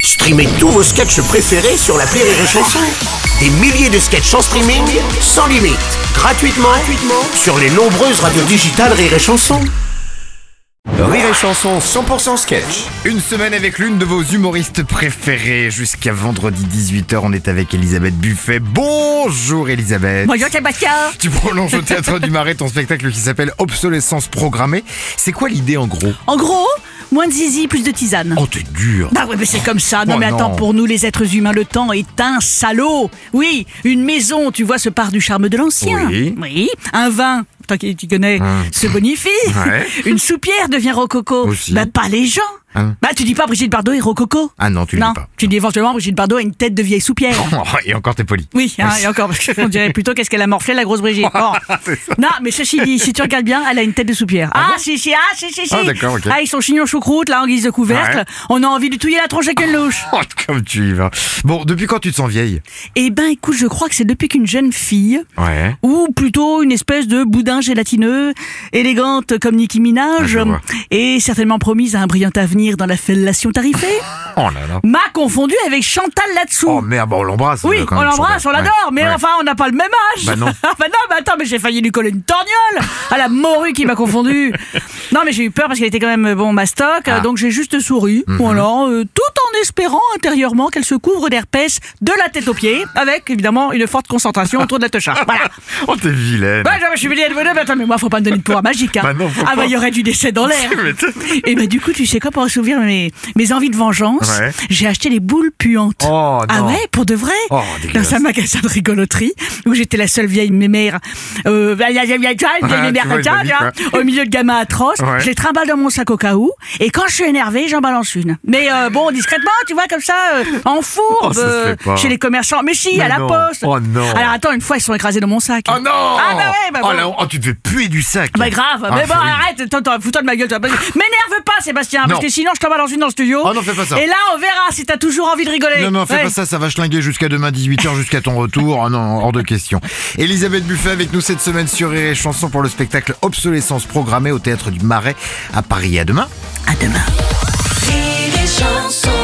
Streamez tous vos sketchs préférés sur la Rire et Chanson. Des milliers de sketchs en streaming, sans limite, gratuitement, gratuitement sur les nombreuses radios digitales Rire et Chanson. Rire et Chanson 100% sketch. Une semaine avec l'une de vos humoristes préférées. Jusqu'à vendredi 18h, on est avec Elisabeth Buffet. Bonjour Elisabeth. Bonjour Sébastien Tu prolonges au Théâtre du Marais ton spectacle qui s'appelle Obsolescence programmée. C'est quoi l'idée en gros En gros, moins de zizi, plus de tisane. Oh, t'es dur. Bah ouais, mais c'est comme ça. Non Oh mais attends, non. pour nous les êtres humains, le temps est un salaud. Oui, une maison, tu vois, se part du charme de l'ancien. Oui. Hum. Un vin, toi qui tu connais, se bonifie. Ouais. Une soupière devient rococo. Aussi. Bah pas les gens. Hein. Bah tu dis pas Brigitte Bardot est rococo. Ah non, tu le dis pas. tu dis éventuellement Brigitte Bardot a une tête de vieille soupière. Oh, et encore t'es poli. Oui, hein, et encore, parce qu'on dirait plutôt qu'est-ce qu'elle a morflé la grosse Brigitte. Bon. Non, mais ceci dit, si tu regardes bien, elle a une tête de soupière. Ah, si, si, ah, si, si, si. Ah, d'accord, ok. Ah, ils sont chignons choucroute, là, en guise de couvercle. Ouais. On a envie de touiller la tronche avec une louche. Oh, comme tu y vas. Bon, depuis quand tu te sens vieille Eh ben, écoute, je crois que c'est depuis qu'une jeune fille, Ouais. ou plutôt une espèce de boudin gélatineux, élégante comme Nicki Minaj, je vois. et certainement promise à un brillant avenir dans la fellation tarifée, Oh là là. m'a confondue avec Chantal là-dessous. Oh merde, bon, on l'embrasse. Oui, euh, quand on même, l'embrasse, on Chantal. l'adore, mais Ouais. enfin, on n'a pas le même âge. Bah non. bah non, mais attends, mais j'ai failli lui coller une torgnole à la morue qui m'a confondu. Non, mais j'ai eu peur parce qu'elle était quand même bon mastoc, euh, Ah. Mhm. donc j'ai juste souri, voilà, euh, tout en espérant intérieurement qu'elle se couvre d'herpès de la tête aux pieds, avec évidemment une forte concentration autour de la teucharde. Voilà. Oh, t'es vilaine. Bah, je me suis dit, elle venait, mais attends, mais moi, faut pas me donner de pouvoir magique, hein. Bah non, faut ah, bah, pas. il y aurait du décès dans l'air. Tu m'étonnes. Et bah, du coup, tu sais quoi, pour assouvir mes, mes envies de vengeance, Ouais. j'ai acheté les boules puantes. Oh, Ah non. ouais, pour de vrai Oh, dégueulasse. Dans un magasin de rigoloterie, où j'étais la seule vieille mémère, euh, vieille vieille- vieille- vieille- vieille tu mémère, vois, tiens, une mamie, tiens, au milieu de gamins atroces, Ouais. je les trimballe dans mon sac au cas où, et quand je suis énervée, j'en balance une. Mais euh, bon, discrètement, tu vois, comme ça, euh, en fourbe, Oh, ça se euh, fait pas. chez les commerçants, mais si, Mais à la non. poste Oh, non. Alors attends, une fois, ils sont écrasés dans mon sac. Oh non Ah bah ouais, bah oh, bon. là, oh, tu devais puer du sac Bah grave, Ah, mais bon, fou. arrête, attends, attends, fous-toi de ma gueule, toi. parce que- M'énerve pas, Sébastien, parce Non. que sinon je t'en balance une dans le studio. Oh non, fais pas ça. Et là, on verra si t'as toujours envie de rigoler. Non, non, fais Ouais. pas ça, ça va chlinguer jusqu'à demain 18h, jusqu'à ton retour. Ah non, hors de question. Elisabeth Buffet avec nous cette semaine sur Rire et Chanson pour le spectacle Obsolescence programmé au Théâtre du Marais à Paris. À demain À demain. Rire et chanson.